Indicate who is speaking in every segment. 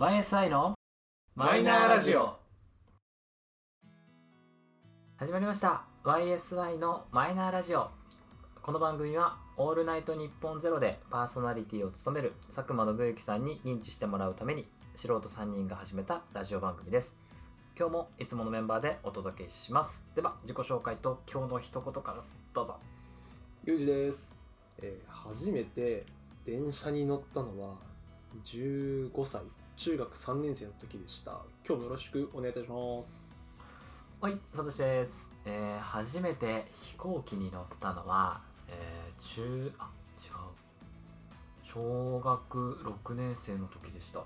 Speaker 1: YSI の
Speaker 2: マイナーラジオ
Speaker 1: 始まりました YSI のマイナーラジオこの番組は「オールナイトニッポンゼロでパーソナリティを務める佐久間信之さんに認知してもらうために素人3人が始めたラジオ番組です今日もいつものメンバーでお届けしますでは自己紹介と今日の一言からどうぞ
Speaker 3: ゆうじです、えー初めて電車に乗ったのは15歳中学3年生の時でした今日もよろしくお願いいたします
Speaker 1: はい、サトシです、えー初めて飛行機に乗ったのは、えー中あ違う小学6年生の時でした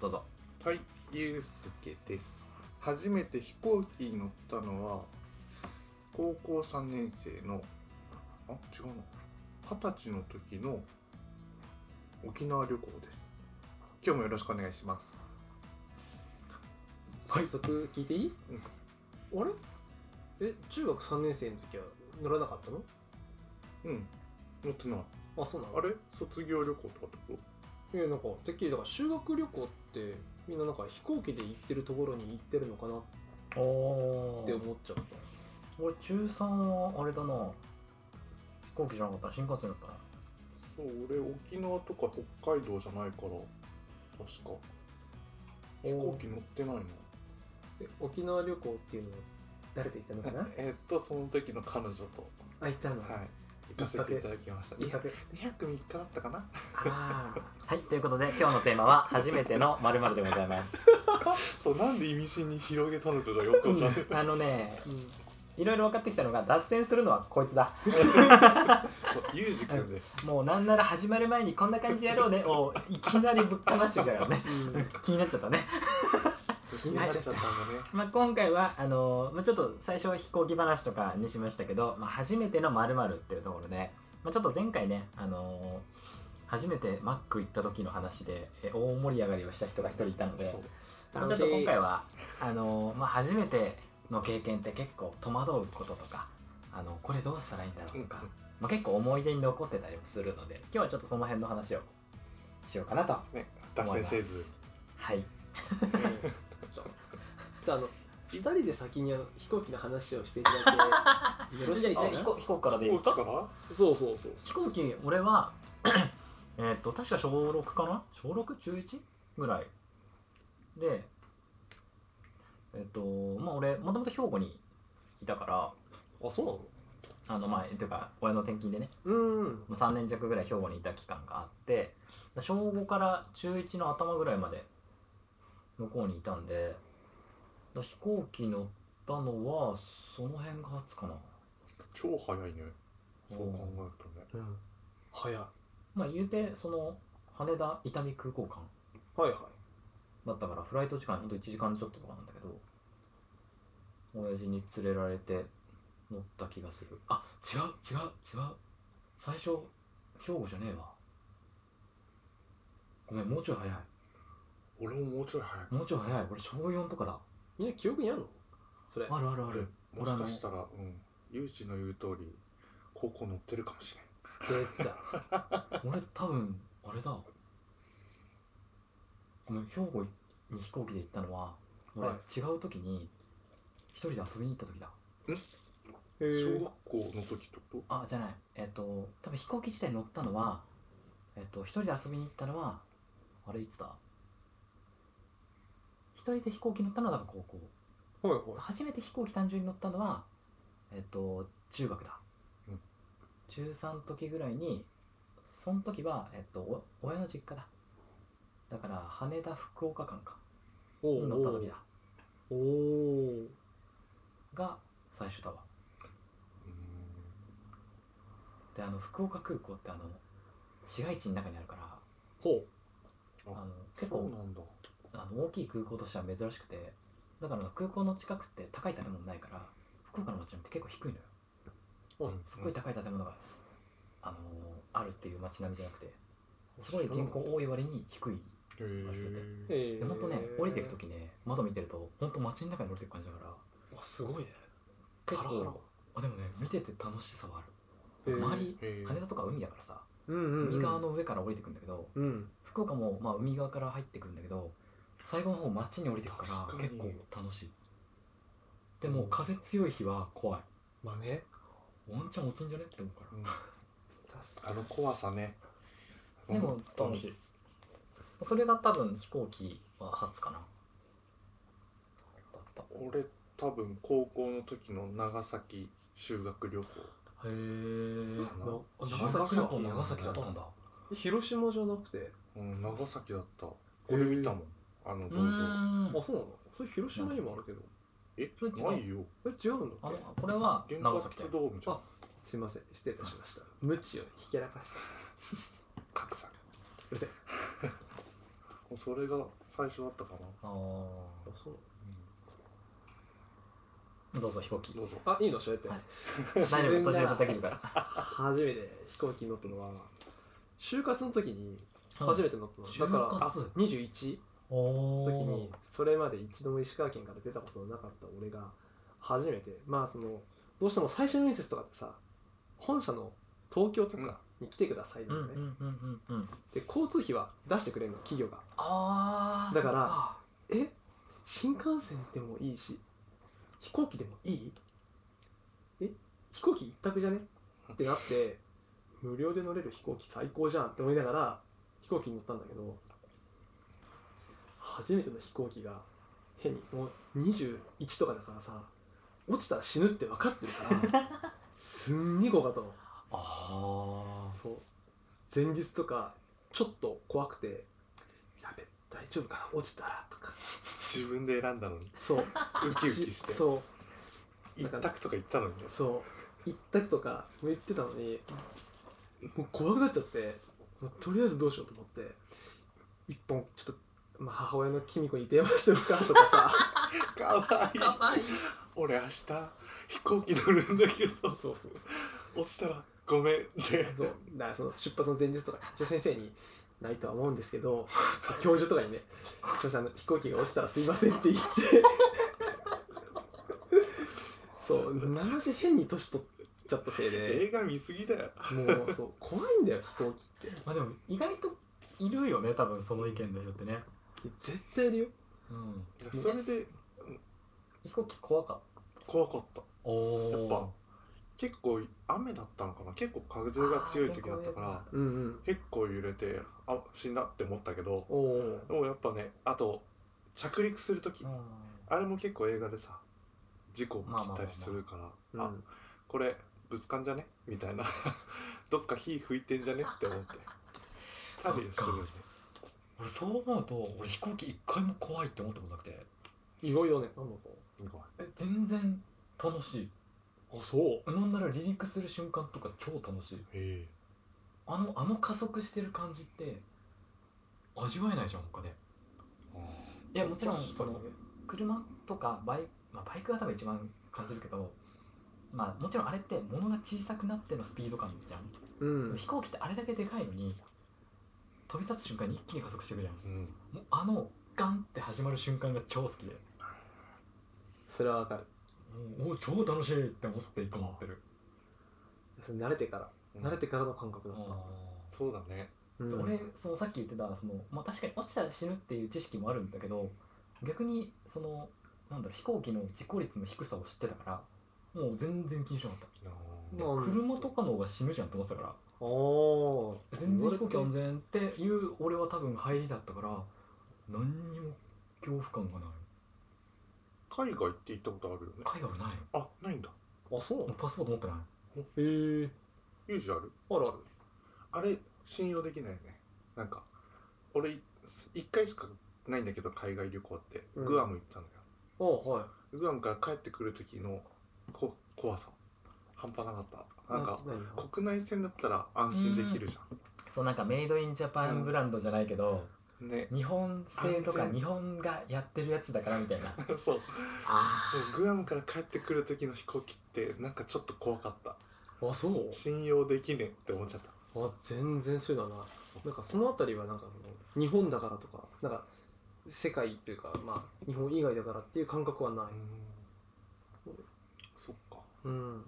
Speaker 1: どうぞ
Speaker 2: はい、ゆうすけです。初めて飛行機に乗ったのは、高校3年生の、あ、違うな。二十歳の時の沖縄旅行です。今日もよろしくお願いします。
Speaker 1: はい
Speaker 3: 早速聞いていい、あれえ中学3年生の時は乗らなかったの
Speaker 2: うん。乗ってない。
Speaker 3: あそうなの
Speaker 2: あれ卒業旅行とかってこ
Speaker 3: いやなんかてっきりだから修学旅行ってみんななんか飛行機で行ってるところに行ってるのかなっ
Speaker 1: お
Speaker 3: て
Speaker 1: でも
Speaker 3: 思っちゃった
Speaker 1: 俺中3はあれだな飛行機じゃなかった新幹線だったな
Speaker 2: とそう、俺沖縄とか北海道じゃないから、確か。飛行機乗ってないの。
Speaker 3: え沖縄旅行っていうのは誰と行ったのかな
Speaker 2: えっと、その時の彼女と、
Speaker 3: あ行ったの、
Speaker 2: はい、行かせていただきました。
Speaker 3: いい旅
Speaker 2: 2泊3日だったかな
Speaker 1: はいということで今日のテーマは「初めてのまるでございます
Speaker 2: そうなんで意味深に広げたのかがよくわかんない
Speaker 1: あのね
Speaker 3: うん
Speaker 1: いろいろ分かってきたのが脱線するのはこいつだ
Speaker 2: そうゆうじくんです
Speaker 1: もうなんなら始まる前にこんな感じでやろう ねをいきなりぶっかましてきたからね
Speaker 3: うん
Speaker 1: 気になっちゃったね、
Speaker 2: 気になっちゃったんだね
Speaker 1: まあ、今回はあのーまあ、ちょっと最初飛行機話とかにしましたけど、まあ、初めての〇〇っていうところで、まあ、ちょっと前回ね、あのー初めてマック行った時の話でえ大盛り上がりをした人が一人いたので
Speaker 2: そう
Speaker 1: ちょっと今回はあのー、まあ、初めての経験って結構戸惑うこととかあのこれどうしたらいいんだろうとか、
Speaker 2: うんうん
Speaker 1: まあ、結構思い出に残ってたりもするので今日はちょっとその辺の話をしようかなと
Speaker 2: ね脱線せず
Speaker 1: はい
Speaker 3: じゃああの2人で先にあの飛行機の話をしていただいてよろしい
Speaker 1: じゃあ
Speaker 3: か
Speaker 1: 飛
Speaker 3: な
Speaker 1: 行飛行機からでいいです
Speaker 2: 飛
Speaker 1: か
Speaker 2: 行
Speaker 3: そうそうそう
Speaker 1: 飛行機俺は えーっと確か小6かな小 6? 中 1? ぐらいでえーっとまあ俺もともと兵庫にいたから
Speaker 3: あそうなの
Speaker 1: あのまあというか親の転勤でね
Speaker 3: うーん
Speaker 1: 3年弱ぐらい兵庫にいた期間があって小5から中1の頭ぐらいまで向こうにいたんでだから飛行機乗ったのはその辺が初かな
Speaker 2: か超早いねそう考えるとね
Speaker 3: うん早い
Speaker 1: まあ言うてその羽田伊丹空港間
Speaker 3: はいはい
Speaker 1: だったからフライト時間ほんと1時間ちょっととかなんだけど親父に連れられて乗った気がするあ違う違う違う最初兵庫じゃねえわごめんもうちょい早い
Speaker 2: 俺ももうちょい早い
Speaker 1: もうちょい早い俺小4とかだ
Speaker 3: みんな記憶にあるのそれ
Speaker 1: あるあるあ
Speaker 2: 俺
Speaker 1: る
Speaker 2: もしかしたらうんゆうじの言う通り高校乗ってるかもしれん
Speaker 3: 出た
Speaker 1: 俺多分あれだごめん兵庫に飛行機で行ったのは俺
Speaker 3: は
Speaker 1: 違う時に一人で遊びに行った時だ
Speaker 3: へえ
Speaker 2: 小学校の時ってこと
Speaker 1: あじゃないえっ、と多分飛行機自体乗ったのはえっ、と一人で遊びに行ったのはあれいつだ一人で飛行機乗ったのは多分高校
Speaker 3: はいは
Speaker 1: 初めて飛行機単純に乗ったのはえっ、と中学だ、
Speaker 2: うん
Speaker 1: 中3の時ぐらいにその時はえっ、とお親の実家だだから羽田福岡間か
Speaker 3: いお
Speaker 1: に乗った時だ
Speaker 3: おお
Speaker 1: が最初だわ
Speaker 2: うーん
Speaker 1: であの福岡空港ってあの市街地の中にあるから
Speaker 3: ほ
Speaker 1: あの
Speaker 2: あ
Speaker 1: 結
Speaker 2: そう
Speaker 1: 構
Speaker 2: なんだ
Speaker 1: あの大きい空港としては珍しくてだから空港の近くって高い建物ないから福岡の街なんて結構低いのよ
Speaker 3: う
Speaker 2: うん
Speaker 1: すっごい高い建物がす、あのーあるっていう街並みじゃなくてすごい人口多い割に低い
Speaker 2: へえ
Speaker 3: え
Speaker 1: でほんとね降りていく時ね窓見てるとほんと街の中に降りていく感じだから
Speaker 3: あすごいね
Speaker 1: 結
Speaker 3: ハラハ
Speaker 1: 構あでもね見てて楽しさはある周り羽田とか海だからさ
Speaker 3: うんうんうん
Speaker 1: 海側の上から降りてくんだけど、
Speaker 3: うん
Speaker 1: 福岡もまあ海側から入ってくるんだけど最後の方街に降りてくか
Speaker 2: 確
Speaker 1: ら
Speaker 2: かに
Speaker 1: 結構楽しいでも風強い日は怖い
Speaker 3: まあね
Speaker 1: ワンチャン落ちんじゃねって思うか
Speaker 2: うん
Speaker 3: 確
Speaker 2: あの怖さね
Speaker 1: らでも
Speaker 2: 本当に
Speaker 1: 楽しいそれが多分飛行機は初かなだったへ
Speaker 2: 俺多分高校の時の長崎修学旅行
Speaker 1: え
Speaker 2: かな
Speaker 3: のあ
Speaker 1: 長
Speaker 3: 長
Speaker 1: 崎だ
Speaker 3: 崎だ
Speaker 1: と長崎だったんだ
Speaker 3: 広島じゃなくて
Speaker 2: うん、長崎だったこれ見たもん、あの銅像
Speaker 3: あそうなのそれ広島にもあるけど
Speaker 2: え
Speaker 1: それ違う
Speaker 2: ないよ
Speaker 3: え違うんだ
Speaker 1: あ
Speaker 3: っ
Speaker 1: の
Speaker 3: け
Speaker 1: これは
Speaker 2: 原
Speaker 1: 長崎だ
Speaker 2: 発
Speaker 1: よ
Speaker 2: ドームじゃん
Speaker 3: あすいません失礼いたしました無知をひけらかした
Speaker 2: 格差が
Speaker 3: うるせえ
Speaker 2: それが最初だったかな、
Speaker 1: あ
Speaker 3: あそう
Speaker 1: ーどうぞ飛行機
Speaker 2: どうぞ
Speaker 3: あいいのしゃべって、
Speaker 1: はい
Speaker 3: 自
Speaker 1: 大丈夫
Speaker 3: 分
Speaker 1: 年上
Speaker 3: が
Speaker 1: もできるから
Speaker 3: 初めて飛行機に乗ったのは就活の時に初めて乗ったの、だから
Speaker 1: 就
Speaker 3: あ
Speaker 1: 活
Speaker 3: 21
Speaker 1: お
Speaker 3: の
Speaker 1: ー
Speaker 3: 時にそれまで一度も石川県から出たことのなかった俺が初めてまあそのどうしても最終面接とかってさ本社の東京とかに来てくださいな
Speaker 1: うんう
Speaker 3: の
Speaker 1: ん
Speaker 3: ね、
Speaker 1: うんうんうん
Speaker 3: で交通費は出してくれるの企業が
Speaker 1: あー
Speaker 3: だから
Speaker 1: そっか
Speaker 3: え新幹線でもいいし飛行機でもいいえ飛行機一択じゃねってなって無料で乗れる飛行機最高じゃんって思いながら飛行機に乗ったんだけど初めての飛行機が変にもう21とかだからさ落ちたら死ぬって分かってるからすんげえ怖かったの
Speaker 1: あ
Speaker 3: そう前日とかちょっと怖くてやべ大丈夫かな落ちたらとか
Speaker 2: 自分で選んだのに
Speaker 3: そう
Speaker 2: ウキウキして
Speaker 3: そう
Speaker 2: 一択とか言ったのにね
Speaker 3: そう行ったりとかも言ってたのにもう怖くなっちゃってもうとりあえずどうしようと思って一本ちょっと、まあ、母親のキミコに電話しておくかとか
Speaker 2: かわいい
Speaker 1: あかわいい
Speaker 2: 俺明日飛行機乗るんだけ
Speaker 3: さ
Speaker 2: ど
Speaker 3: そうそうそう
Speaker 2: 落ちたらごめんって
Speaker 3: そうだからその出発の前日とか一応先生に「ないとは思うんですけど教授とかにね「すいませんあの飛行機が落ちたらすいません」って言ってそう同じ変に年取っちゃったせいで
Speaker 2: 映画見すぎだよ
Speaker 3: もうそう怖いんだよ飛行機って
Speaker 1: まあでも意外といるよね多分その意見の人ってね、
Speaker 3: で絶対いるよ
Speaker 1: うん、
Speaker 2: それで
Speaker 1: 飛行機怖かっ
Speaker 2: 怖かった
Speaker 1: たお
Speaker 2: やっぱ結構雨だったのかな結構風が強い時だったから
Speaker 3: うんうん
Speaker 2: 結構揺れてあ死んだって思ったけど
Speaker 3: おお
Speaker 2: でもやっぱねあと着陸する時あれも結構映画でさ事故も来たりするから、
Speaker 3: うん
Speaker 2: あこれぶつかんじゃねみたいな どっか火吹いてんじゃねって思って
Speaker 1: そっか
Speaker 2: 旅をするんで
Speaker 1: 俺そう思うと俺飛行機一回も怖いって思ったことなくて
Speaker 3: 意外だねなんだろ
Speaker 2: すごい
Speaker 1: え全然楽しいう
Speaker 3: あそう
Speaker 1: なんなら離陸する瞬間とか超楽しい
Speaker 2: へ
Speaker 1: あのあの加速してる感じって味わえないじゃん他で
Speaker 2: え
Speaker 1: いやもちろん
Speaker 3: 確
Speaker 1: そ
Speaker 3: かに
Speaker 1: の
Speaker 3: ね
Speaker 1: 車とかバイ,、まあ、バイクが多分一番感じるけどまあもちろんあれって物が小さくなってのスピード感じゃん
Speaker 3: うん
Speaker 1: 飛行機ってあれだけでかいのに飛び立つ瞬間に一気に加速してくるじゃん
Speaker 2: うん
Speaker 1: もうあのガンって始まる瞬間が超好きで
Speaker 3: それはわかる
Speaker 1: もうお超楽しいって思っていつも乗ってる
Speaker 3: それ慣れてから
Speaker 2: うん
Speaker 3: 慣れてからの感覚だっ
Speaker 1: あ
Speaker 2: そうだね
Speaker 3: た、う
Speaker 1: ー
Speaker 3: ん、
Speaker 1: 俺そのさっき言ってたその、まあ、確かに落ちたら死ぬっていう知識もあるんだけど逆にそのなんだろう飛行機の事故率の低さを知ってたからもう全然気にしなかった
Speaker 2: あー
Speaker 3: まあうん
Speaker 1: 車とかの方が死ぬじゃんって思ってたから
Speaker 3: おー
Speaker 1: 全然飛行機安全っていう俺は多分入りだったから何にも恐怖感がない
Speaker 2: 海外って行ったことあるよね
Speaker 1: 海外ない
Speaker 2: あないんだ
Speaker 3: あそうな
Speaker 1: の
Speaker 3: の
Speaker 1: パスポート持ってない
Speaker 3: へえ
Speaker 2: ユージある
Speaker 3: あるある
Speaker 2: あれ信用できないよねなんか俺い一回しかないんだけど海外旅行って
Speaker 3: うん
Speaker 2: グアム行ったのよ、
Speaker 3: あはい
Speaker 2: グアムから帰ってくる時のこ怖さ半端なかったなんか
Speaker 3: 何が
Speaker 2: 国内線だったら安心できるじ
Speaker 1: そうなんかメイドインジャパンブランドじゃないけど、
Speaker 2: ゃんね
Speaker 1: 日本製とか
Speaker 2: 安全
Speaker 1: 日本がやってるやつだからみたいな
Speaker 2: そう
Speaker 1: あ
Speaker 2: グアムから帰ってくる時の飛行機ってなんかちょっと怖かった
Speaker 3: あそう
Speaker 2: 信用できねえって思っちゃった
Speaker 3: あ全然そうだな
Speaker 2: そう
Speaker 3: なんかそのあたりはなんかその日本だからとかなんか世界というかまあ日本以外だからっていう感覚はないう
Speaker 2: ーんそっか
Speaker 3: うん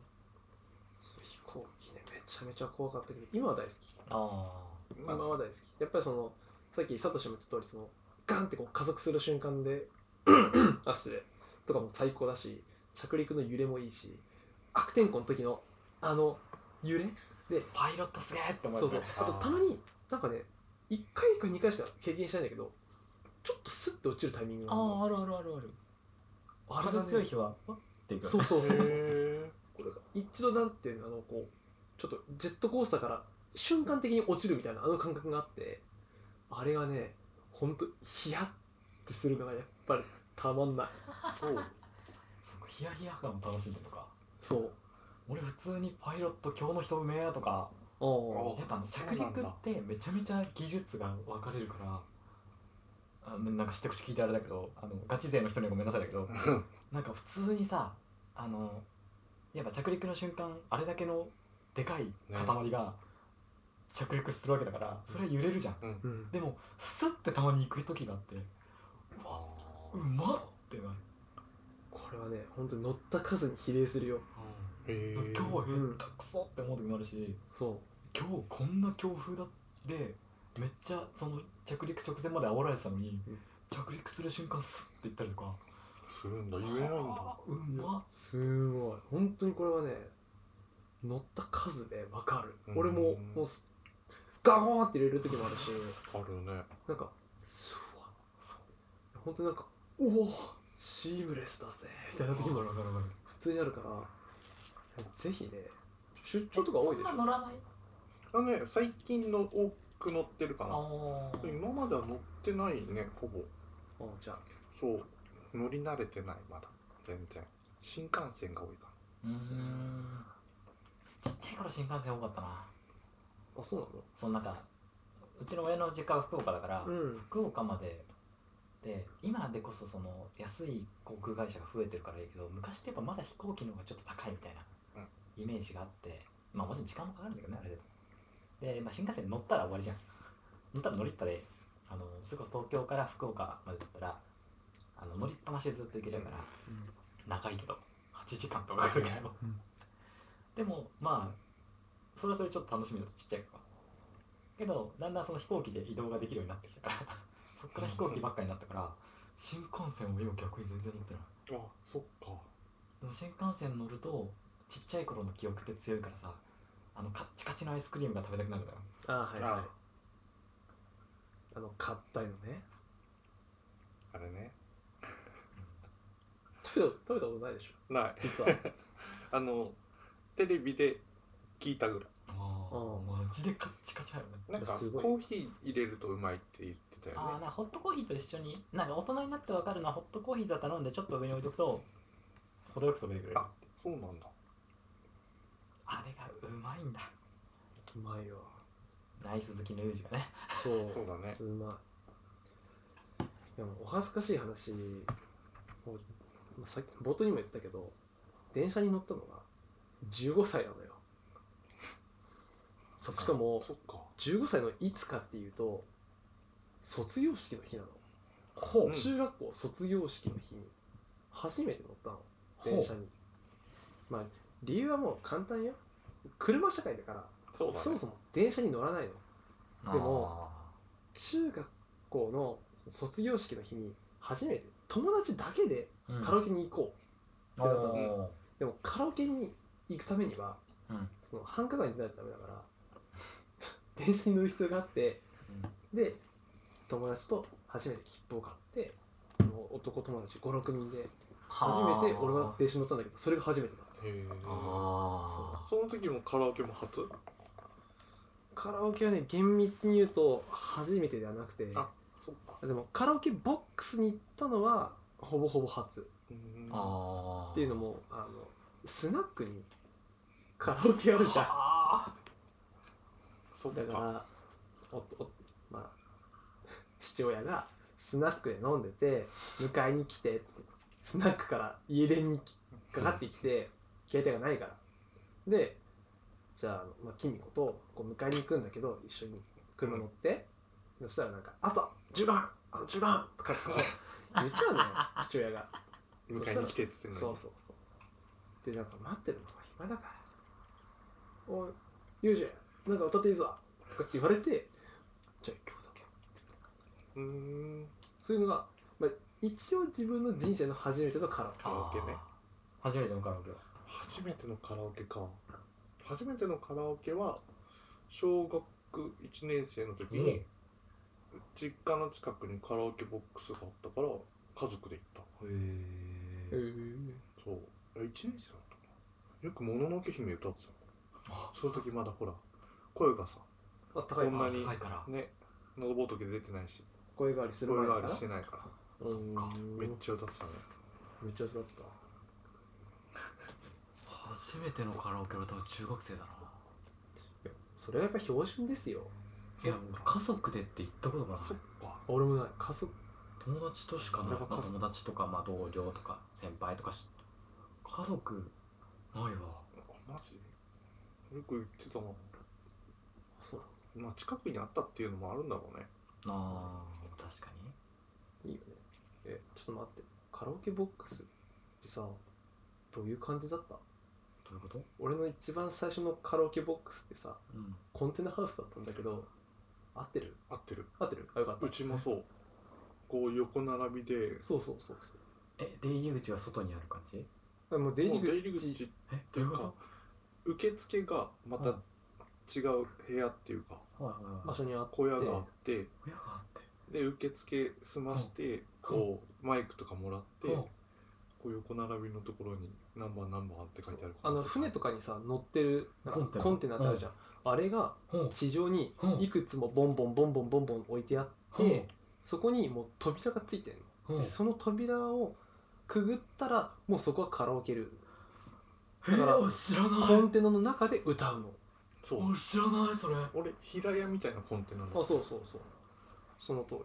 Speaker 3: 飛行機ねめっちゃめちゃ怖かったけど今は大好き
Speaker 1: あ
Speaker 3: 今は大好きやっぱりそのさっきサトシも言った通りそのガンってこう加速する瞬間で足でとかも最高だし着陸の揺れもいいし悪天候の時のあの揺れで
Speaker 1: あパイロットすげえって思い
Speaker 3: そ
Speaker 1: ま
Speaker 3: う
Speaker 1: す
Speaker 3: そう
Speaker 1: ね
Speaker 3: あとたまになんかね1回か2回しか経験しないんだけどちょっとスッと落ちるタイミングが
Speaker 1: あ
Speaker 3: る
Speaker 1: ー
Speaker 3: の
Speaker 1: あるあるあるある
Speaker 3: あれが
Speaker 1: 風
Speaker 3: ね
Speaker 1: 強い日はわっていく
Speaker 3: そうそうそう
Speaker 2: へ
Speaker 3: これが一度なんていうのあのこうちょっとジェットコースターから瞬間的に落ちるみたいなあの感覚があってあれがねほんとヒヤッてするのがやっぱりたまんない
Speaker 2: ー そう
Speaker 1: そこヒヤヒヤ感を楽しんでるのか
Speaker 3: そう
Speaker 1: 俺普通にパイロット今日の人うめえなとか
Speaker 3: あ
Speaker 1: やっぱあの
Speaker 2: そう
Speaker 1: 着
Speaker 2: なんだ
Speaker 1: 陸ってめちゃめちゃ技術が分かれるからあななんか知って口聞いてあれだけどあのガチ勢の人にはごめんなさいだけどなんか普通にさあのやっぱ着陸の瞬間あれだけのでかい塊が着陸するわけだから、それは揺れるじゃん
Speaker 3: あうん
Speaker 1: でもスッてたまに行く時があってうわうまっってなる、
Speaker 3: これはねほんと乗った数に比例するよ
Speaker 2: へえ
Speaker 1: 今日は下手くそって思う時もあるし、
Speaker 3: そ
Speaker 1: 今日こんな強風だでめっちゃその着陸直前まで煽られてたのに、
Speaker 3: うん
Speaker 1: 着陸する瞬間スッて行ったりとか
Speaker 2: するんだ言えないんだ
Speaker 1: あーう
Speaker 3: う
Speaker 1: まっ
Speaker 3: すごい本当にこれはね乗った数でわかる
Speaker 2: うん
Speaker 3: 俺ももうすガゴーンって入れる時もあるし
Speaker 2: あるね
Speaker 3: なんかスワッ
Speaker 1: そう
Speaker 3: 本当になんか「おおシームレスだぜ」みたいな時も
Speaker 1: わかるわかる
Speaker 3: 普通にあるからぜひね出張とか多いでし
Speaker 1: そんな
Speaker 3: ょ
Speaker 1: 乗らない
Speaker 2: あね最近の多く乗ってるかな
Speaker 1: あ
Speaker 2: 今までは乗ってないねほぼ
Speaker 3: あじゃあ
Speaker 2: そう乗り慣れてないまだ全然新幹線が多いか
Speaker 1: うーんちっちゃい頃新幹線多かったな
Speaker 3: あそうな
Speaker 1: そのなんかうちの親の実家は福岡だから、
Speaker 3: のうん
Speaker 1: 福岡までで今でこそその安い航空会社が増えてるからいいけど昔ってやっぱまだ飛行機の方がちょっと高いみたいなイメージがあってまあもちろん時間もかかるんだけどねあれでで、まあ、新幹線乗ったら終わりじゃん乗ったら乗りっぱであのそれこそ東京から福岡までだったらあの乗りっぱなしでずっと行けちゃうから、長いけど8時間とかかかるけど、
Speaker 3: うん
Speaker 1: でもまあそれはそれちょっと楽しみだったちっちゃい頃はけどだんだんその飛行機で移動ができるようになってきたから そっから飛行機ばっかりになったから新幹線を今逆に全然乗ってない
Speaker 2: らあそっか
Speaker 1: でも新幹線乗るとちっちゃい頃の記憶って強いからさあのカッチカチのアイスクリームが食べたくなるんだよ
Speaker 3: あはいはい
Speaker 2: あ
Speaker 3: あの硬いのね
Speaker 2: あれね
Speaker 3: 食べた食べたことないでしょ
Speaker 2: ない
Speaker 3: 実は
Speaker 2: あのテレビで聞いたぐら
Speaker 1: あ
Speaker 3: ー
Speaker 1: あマジでカッチカチだよね
Speaker 2: いなんか
Speaker 3: すごい
Speaker 2: コーヒー入れるとうまいって言ってた
Speaker 1: ああ
Speaker 2: よ
Speaker 1: なん
Speaker 2: ね
Speaker 1: かホットコーヒーと一緒になんか大人になってわかるのはホットコーヒーだ頼んでちょっと上に置いとくと程よく溶けてくれる
Speaker 2: あそうなんだ
Speaker 1: あれがうまいんだ
Speaker 3: うまいよ
Speaker 1: ナイス好きのユージがね
Speaker 3: そう
Speaker 2: そうだね
Speaker 3: うまいでもお恥ずかしい話もうまあさっき冒頭にも言ったけど電車に乗ったのが15歳なのよ
Speaker 1: そっか
Speaker 3: しかも
Speaker 2: そっか
Speaker 3: 15歳のいつかっていうと卒業式の日なの、
Speaker 1: ほ
Speaker 2: う
Speaker 3: 中学校卒業式の日に初めて乗ったの
Speaker 1: ほう
Speaker 3: 電車にまあ理由はもう簡単よ車社会だから
Speaker 2: そうだ
Speaker 3: そ
Speaker 2: ね
Speaker 3: もそも電車に乗らないのでも中学校の卒業式の日に初めて友達だけで
Speaker 1: あーうん
Speaker 3: カラオケに行こ
Speaker 1: あー
Speaker 2: う
Speaker 3: う、でもカラオケに行くためには
Speaker 1: うん
Speaker 3: その繁華街に出ないとダメだから 電車に乗る必要があってで友達と初めて切符を買ってあの男友達56人で初めて俺は電車に乗ったんだけどそれが初めてだった
Speaker 2: へえ
Speaker 1: あ
Speaker 2: その時もカラオケも初
Speaker 3: カラオケはね厳密に言うと初めてではなくて
Speaker 2: あそっか
Speaker 3: でもカラオケボックスに行ったのはほぼほぼ初
Speaker 2: うーん
Speaker 1: あ
Speaker 3: っていうのもあのスナックにカラオケあるじゃん
Speaker 1: あ
Speaker 2: そっ
Speaker 3: だ
Speaker 2: か
Speaker 3: からおお、まあ、父親がスナックで飲んでて迎えに来てってスナックから家電にきかかってきて携帯がないからでじゃああの、まあ、キミ子とこう迎えに行くんだけど一緒に車乗って、そしたらなんか「あと10分あと10分!」とかこう言っちゃうのよ父親が
Speaker 2: 迎えに来てっつってんのに
Speaker 3: そうそうそうでなんか待ってるのが暇だからおいユージなんか歌っていいぞとかって言われてじゃあ一曲だけ
Speaker 2: うーん
Speaker 3: そういうのが、まあ、一応自分の人生の初めてのカラオケ
Speaker 2: カラオケね
Speaker 1: あー初めてのカラオケは
Speaker 2: 初めてのカラオケか初めてのカラオケは小学1年生の時に、実家の近くにカラオケボックスがあったから家族で行っ
Speaker 1: へえ
Speaker 2: たそうあ1年生だったかなよく「もののけ姫」歌ってたの
Speaker 1: あ
Speaker 2: その時まだほら声がさ
Speaker 3: あったかい
Speaker 2: こんなに
Speaker 1: 高いから
Speaker 2: ね喉仏で出てないし
Speaker 3: 声変わりする
Speaker 2: 声
Speaker 3: 前だ
Speaker 2: があ
Speaker 3: か
Speaker 2: り
Speaker 3: ら
Speaker 2: してないから
Speaker 3: うーん
Speaker 1: そっか
Speaker 2: めっちゃ歌ってたね
Speaker 3: めっちゃそうだった
Speaker 1: 初めてのカラオケは多分中学生だない
Speaker 3: やそれはやっぱ標準ですよ
Speaker 1: いや家族でって言ったことがない
Speaker 2: そっか
Speaker 3: 俺もない家族
Speaker 1: 友達としかない、
Speaker 3: やっぱ
Speaker 1: まあ
Speaker 3: 家族
Speaker 1: 友達とか、まあ、同僚とか先輩とかし家族ないわ
Speaker 2: あマジよく言ってたな
Speaker 3: そう
Speaker 2: まあ近くにあったっていうのもあるんだろうね
Speaker 1: あー確かに
Speaker 3: いいよねえちょっと待ってカラオケボックスってさどういう感じだった
Speaker 1: どういうこと
Speaker 3: 俺の一番最初のカラオケボックスってさ
Speaker 1: うん
Speaker 3: コンテナハウスだったんだけど合ってる
Speaker 2: 合ってる
Speaker 3: 合ってるあよかった
Speaker 2: うちもそうこう横並びで
Speaker 3: そうそうそうそ
Speaker 1: え出入り口が外にある感じ
Speaker 3: うもう出
Speaker 2: も
Speaker 3: 入
Speaker 2: う出入
Speaker 3: り
Speaker 2: り
Speaker 3: 口
Speaker 2: 口っ
Speaker 1: えど
Speaker 2: て
Speaker 1: う
Speaker 2: い
Speaker 1: いう
Speaker 2: う
Speaker 1: こ
Speaker 2: か受付がまた
Speaker 1: は
Speaker 2: 違う部屋っていうか
Speaker 1: とはいはい
Speaker 3: 場
Speaker 1: はい
Speaker 3: 所にあっ
Speaker 2: 小屋があって
Speaker 1: 親があって
Speaker 2: で受付済ましてこうマイクとかもらって
Speaker 1: うん
Speaker 2: こう横並びのところに何番何番って書いてある
Speaker 3: あの船とかにさ乗ってるなんか
Speaker 1: コンテナ
Speaker 3: コンテナってあるじゃん、あれが
Speaker 1: ほう
Speaker 3: 地上に
Speaker 1: うん
Speaker 3: いくつもボンボンボンボンボンボン置いてあって、
Speaker 1: ほう
Speaker 3: そこにもう扉がついてんの、
Speaker 1: ほう
Speaker 3: でその扉をくぐったらもうそこはカラオケル
Speaker 1: え
Speaker 3: だから
Speaker 1: ー、知らな
Speaker 3: コ
Speaker 1: い
Speaker 3: ンテナの中で歌うの
Speaker 2: そう
Speaker 1: 俺知らないそれへ
Speaker 2: 俺平屋みたいなコンテナ
Speaker 3: あ
Speaker 2: の
Speaker 3: そうそうそうその通り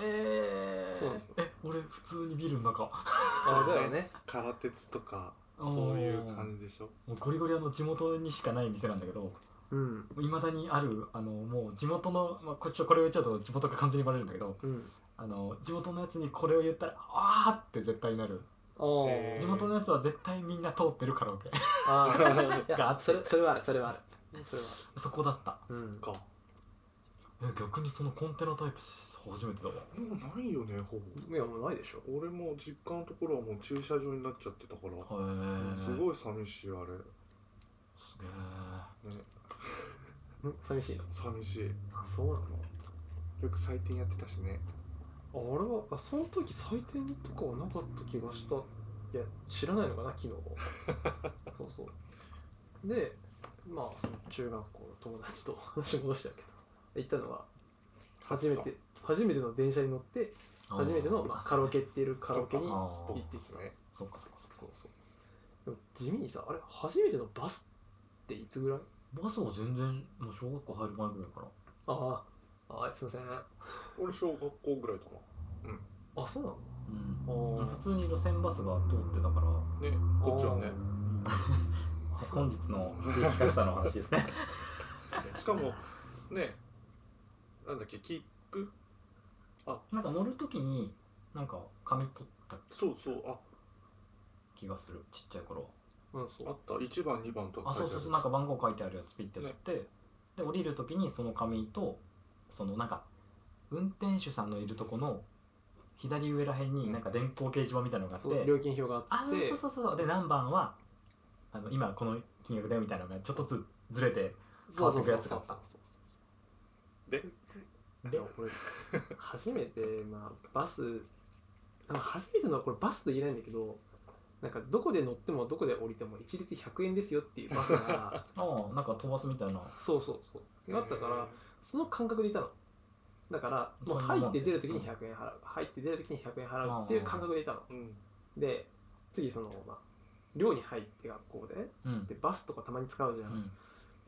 Speaker 1: え
Speaker 3: そう
Speaker 1: え俺普通にビルの中
Speaker 3: あれだよね
Speaker 2: 空鉄とか
Speaker 1: あー
Speaker 2: そういう感じでしょ
Speaker 1: もうゴリゴリあの地元にしかない店なんだけど
Speaker 3: うん
Speaker 1: いまだにあるあのもう地元の、まあ、こっちこれを言っちゃうと地元が完全にバレるんだけど
Speaker 3: うん
Speaker 1: あの地元のやつにこれを言ったらあーって絶対なる
Speaker 3: あー、
Speaker 2: えー
Speaker 1: 地元のやつは絶対みんな通ってるカラオケ
Speaker 3: あ ーい
Speaker 1: があ
Speaker 3: や
Speaker 1: って
Speaker 3: それそれはあるそれはあるそれは
Speaker 1: そこだった
Speaker 3: ある、うん、
Speaker 2: か
Speaker 1: え逆にそのコンテナタイプ初めてだわ
Speaker 2: もうないよねほぼ
Speaker 3: いやもうないでしょ
Speaker 2: 俺も実家のところはもう駐車場になっちゃってたから
Speaker 1: へえ
Speaker 2: す
Speaker 1: い
Speaker 2: ごい寂しいあれ、ね、
Speaker 3: ん寂しいの
Speaker 2: 寂しい
Speaker 3: あそうなの
Speaker 2: よく採点やってたしね
Speaker 3: あ俺はあその時採点とかはなかった気がしたいや知らないのかな昨 日そうそうでまあその中学校の友達と話し戻したけど行ったのは初めて初めての電車に乗って初めての、まあ、カラオケっていうカラオケに
Speaker 1: あ
Speaker 3: 行
Speaker 1: ー
Speaker 3: ってきたね
Speaker 1: そっかそっかそっか
Speaker 3: そうそうでも地味にさあれ初めてのバスっていつぐらい
Speaker 1: バスは全然もう小学校入る前ぐらいかな
Speaker 3: あああーすいませんあ
Speaker 2: 俺小学校ぐらいだ
Speaker 3: そうなの
Speaker 1: うん
Speaker 3: あ
Speaker 1: 普通に路線バスが通ってたから
Speaker 2: なねこっちはね
Speaker 1: 本日 の地域格差の話ですね
Speaker 2: しかもねなんだっけ切符
Speaker 1: なんか乗るときになんか紙取った
Speaker 2: そうそうあ
Speaker 1: 気がするちっちゃい頃は
Speaker 3: うんそう
Speaker 2: あった1番2番とか
Speaker 1: あそうそうそうなんか番号書いてあるやつピッて取って、で降りる時にその紙とそのなんか運転手さんのいるとこの左上らへんになんか電光掲示板みたいなのがあって、
Speaker 3: そう料金表があ
Speaker 1: あ
Speaker 3: っ
Speaker 1: そう
Speaker 3: て
Speaker 1: そうそうそうで何番はあの今この金額だよみたいなのがちょっとずつずれて
Speaker 3: そうそうそう
Speaker 1: 変わってくやつだった
Speaker 2: で
Speaker 3: いやこれ初めて、まあ、バスまあ初めてのこれバスと言えないんだけどなんかどこで乗ってもどこで降りても一律100円ですよっていうバス が
Speaker 1: ああなんか飛ばすみたいな
Speaker 3: そうそうそうがあったからその感覚でいたのだからも
Speaker 1: そ
Speaker 3: う
Speaker 1: ん
Speaker 3: 入
Speaker 1: なも
Speaker 3: っ
Speaker 1: ん
Speaker 3: て出る時に100円払う入って出る時に100円払うっていう感覚でいたの
Speaker 2: うん
Speaker 3: で次その、まあ、寮に入って学校で
Speaker 1: うん
Speaker 3: でバスとかたまに使うじゃ、
Speaker 1: うんん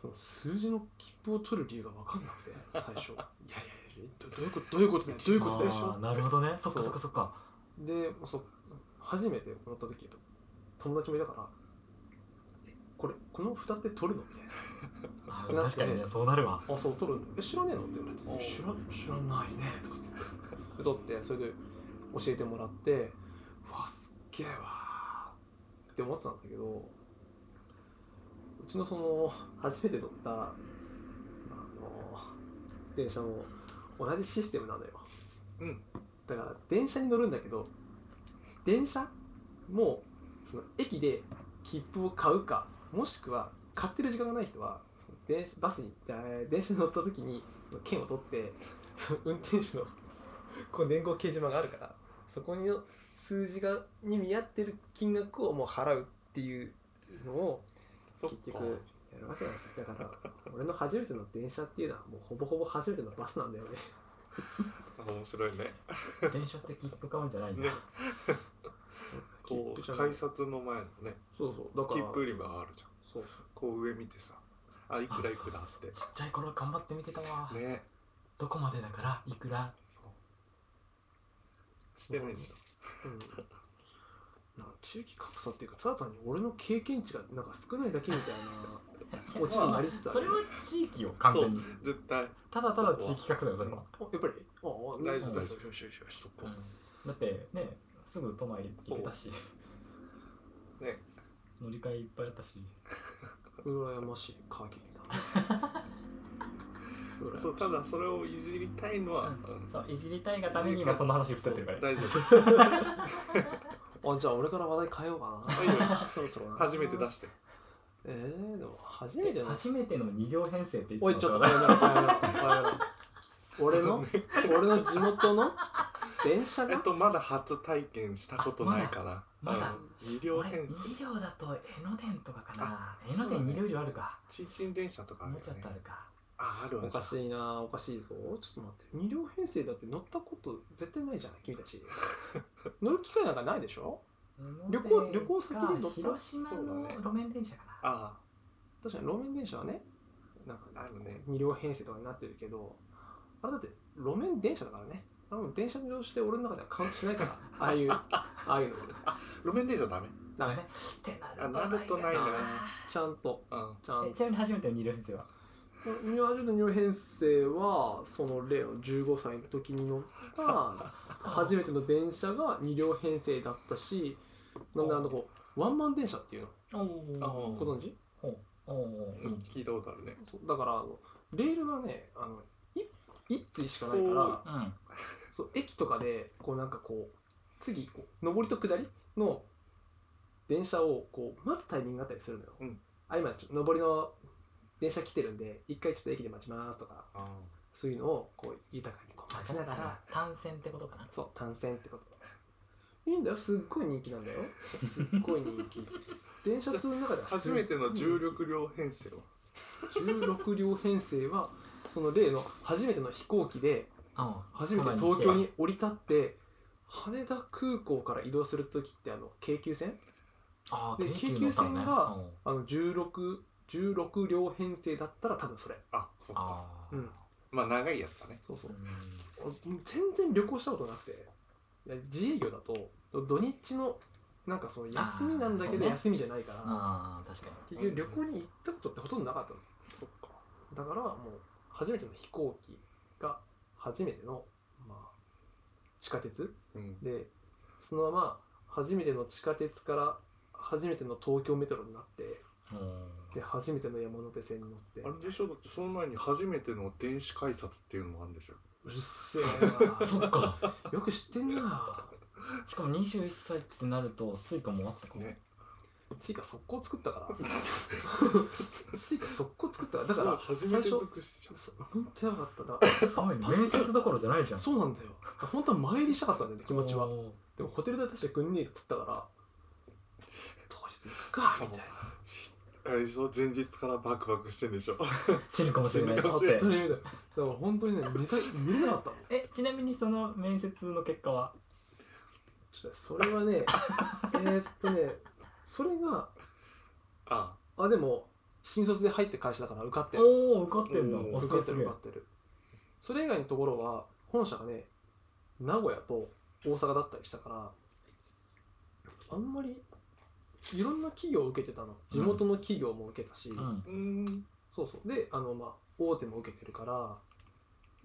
Speaker 3: その数字の切符を取る理由が分かんなくて最初いやいやいやどどういうことどういうことだよどういうことでしょ
Speaker 1: ああなるほどねそっかそっかそっか
Speaker 3: でそ初めて乗った時友達もいたからえ「これこの蓋って取るの?」みたい
Speaker 1: あー確かにねそうなる わ
Speaker 3: な「あそう取るんだえ知らねえの?」って言われ
Speaker 2: おう
Speaker 3: て「知ら知らないね」とか って言って取ってそれで教えてもらって「うわすっげえわ」って思ってたんだけどちのその初めて乗ったあの電車も同じシステムなのよ
Speaker 2: うん
Speaker 3: だから電車に乗るんだけど電車もその駅で切符を買うかもしくは買ってる時間がない人はその電車バスにえー電車に乗った時にその券を取って その運転手のこう年号掲示板があるからそこに数字がに見合ってる金額をもう払うっていうのを
Speaker 2: そっ
Speaker 3: 結
Speaker 2: か
Speaker 3: 局やるわけなんですよだから俺の初めての電車っていうのはもうほぼほぼ初めてのバスなんだよね
Speaker 2: あ面白いね
Speaker 1: 電車って切符買うんじゃないんだ
Speaker 2: ねこ
Speaker 3: 切符じ
Speaker 2: う
Speaker 3: ゃない
Speaker 2: 改札の前のね
Speaker 3: そうそうだから
Speaker 2: 切符売り場があるじゃん
Speaker 3: そう
Speaker 2: こう上見てさあいくらいくら
Speaker 1: あ
Speaker 2: っ
Speaker 1: そうそうそう
Speaker 2: て
Speaker 1: ちっちゃい頃頑張って見てたわ、
Speaker 2: ね
Speaker 1: どこまでだからいくら
Speaker 2: そうしてないでしょ
Speaker 3: うんなんか中期格差っていうかただ単に俺の経験値がなんか少ないだけみたいなオチになりつつあ
Speaker 1: そ
Speaker 3: る
Speaker 1: れは地域よ完全に
Speaker 2: 絶対
Speaker 1: ただただ地域格差よそれは、
Speaker 3: おやっぱりああ
Speaker 2: 大
Speaker 1: 丈夫
Speaker 3: うん
Speaker 2: 大丈夫
Speaker 3: よしよしよし
Speaker 2: そ
Speaker 1: う
Speaker 2: こ
Speaker 1: んだってねすぐ都内行けたし
Speaker 2: ね
Speaker 1: 乗り換えいっぱいあったし
Speaker 3: 羨ましい限りだね羨ましい
Speaker 2: そうただそれをいじりたいのは、
Speaker 1: うん
Speaker 2: うん
Speaker 1: そういじりたいがために今その話を振っ
Speaker 2: そう
Speaker 1: てるからね
Speaker 2: 大丈夫
Speaker 3: あじゃあ俺から話題変えようか
Speaker 2: いいよ
Speaker 3: なそろそろな
Speaker 2: 初めて出して
Speaker 3: えー、でも初めての
Speaker 1: 初めての2両編成っていつ
Speaker 3: お
Speaker 1: も
Speaker 3: いちょっと
Speaker 1: だ
Speaker 3: おいおいおいおいおいおい俺の俺の地元の電車
Speaker 2: え
Speaker 3: が
Speaker 2: っとまだ初体験したことないから
Speaker 1: まだ
Speaker 2: うん医療
Speaker 1: 俺
Speaker 2: 編成
Speaker 1: 2両だと江ノ電とかかな江
Speaker 2: そ
Speaker 1: ノ
Speaker 2: うだ
Speaker 1: 電
Speaker 2: ね
Speaker 1: 2両以上あるか
Speaker 2: チンチン電車とかある
Speaker 1: も
Speaker 2: よ
Speaker 1: うちょっ
Speaker 2: ね
Speaker 1: とあるか
Speaker 2: ああるわ
Speaker 3: おか
Speaker 2: い
Speaker 3: しいなおかしいぞちょっと待って2両編成だって乗ったこと絶対ないじゃない君たち乗る機会なんかないでしょ旅行旅行先で乗った
Speaker 1: 広島
Speaker 2: そう
Speaker 1: の
Speaker 2: だね
Speaker 1: 路面電車かな
Speaker 2: あ
Speaker 3: 確かに路面電車はねなんか
Speaker 2: あるね
Speaker 3: 2両編成とかになってるけどあれだって路面電車だからねあの電車の移動して俺の中ではカウントしないからああいうああいうの
Speaker 2: あ路面電車ダメ
Speaker 3: だからね
Speaker 1: ってな
Speaker 2: あな
Speaker 1: る
Speaker 2: る
Speaker 1: と
Speaker 2: と
Speaker 1: な
Speaker 2: ないい
Speaker 1: な
Speaker 2: な
Speaker 3: ちゃんと
Speaker 2: うん
Speaker 3: ちゃん
Speaker 1: え
Speaker 3: と
Speaker 1: ちなみに初めての二両編成は
Speaker 3: ニューアジュルニュー編成はその例の15歳の時に 乗った初めての電車が2両編成だったしなんであのこうワンマン電車っていう
Speaker 1: お
Speaker 3: の
Speaker 1: お
Speaker 3: ご存知
Speaker 1: おお
Speaker 2: うん聞いたことあるね
Speaker 3: そうだからあのレールがねあのい一対しかないから
Speaker 1: うん
Speaker 3: そう駅とかでこうなんかこう次こう上りと下りの電車をこう待つタイミングがあったりするのよ、
Speaker 2: うん
Speaker 3: あ今ちょっと上りの電車来てるんで一回ちょっと駅で待ちますとか
Speaker 2: あ
Speaker 3: そういうのをこう豊かにこう待ちながら
Speaker 1: 単線ってことかな
Speaker 3: そう単線ってこといいんだよすっごい人気なんだよすっごい人 気電車通の中ではすっ
Speaker 2: 初
Speaker 3: ごい
Speaker 2: めての重力量編成は
Speaker 3: 16両編成はその例の初めての飛行機で初めて東京に降り立って羽田空港から移動する時ってあの京急線
Speaker 1: ああ
Speaker 3: で京急線があの16 16両編成だったら多分それ
Speaker 2: あそっか
Speaker 1: ああ
Speaker 3: うん
Speaker 2: まあ長いやつだね
Speaker 3: そうそううん俺全然旅行したことなくていや自営業だと土日のなんかその休みなんだけ
Speaker 1: あーそう
Speaker 3: ど
Speaker 1: ね
Speaker 3: 休みじゃないから、
Speaker 1: ああ確かに
Speaker 3: 結局旅行に行ったことってほとんどなかったの
Speaker 2: そっか
Speaker 3: だからもう初めての飛行機が初めての、まあ、地下鉄
Speaker 2: うん
Speaker 3: でそのまま初めての地下鉄から初めての東京メトロになって
Speaker 1: うん
Speaker 3: で初めての山手線に乗って
Speaker 2: あれでしょだってその前に初めての電子改札っていうのもあるんでしょ
Speaker 3: うっせえ
Speaker 1: そっか
Speaker 3: なよく知ってんな
Speaker 1: しかも21歳ってなるとスイカもあったかも
Speaker 2: ね
Speaker 3: スイカ速攻作ったか らスイカ速攻作ったからだか
Speaker 2: そう
Speaker 3: ら
Speaker 2: 初
Speaker 3: 最
Speaker 2: めて
Speaker 3: 初
Speaker 2: 尽くしじゃん
Speaker 3: そほんとやばかっただ
Speaker 1: すごいね面接どころじゃないじゃん
Speaker 3: そうなんだよ本当は前入りしたかったんだよね気持ちは
Speaker 1: おー
Speaker 3: でもホテル代出してくんねえっつったから当日行くかみたいな
Speaker 2: あれでしょ前日からバクバクしてんでしょ
Speaker 1: 死ぬかもしれない
Speaker 2: 死ぬかもし
Speaker 1: だ
Speaker 2: れ
Speaker 1: っ
Speaker 2: な
Speaker 1: て
Speaker 2: い
Speaker 3: 本当に見ただから本当にね寝た見れなかったの
Speaker 1: えちなみにその面接の結果は
Speaker 3: ちょっとそれは ねえーっとねそれが
Speaker 2: あ
Speaker 3: あでも新卒で入って会社だから受かってる
Speaker 1: おお受かってんだ
Speaker 2: お
Speaker 1: おす
Speaker 3: 受
Speaker 1: ご
Speaker 3: か
Speaker 1: い
Speaker 3: っ
Speaker 1: す
Speaker 3: てる
Speaker 1: げ
Speaker 3: 受
Speaker 1: え
Speaker 3: かってるそれ以外のところは本社がね名古屋と大阪だったりしたからあんまりいろんな企業を受けてたの地元の企業も受けたし、
Speaker 1: うん
Speaker 2: あうん
Speaker 3: そうそうであの、まあ、大手も受けてるから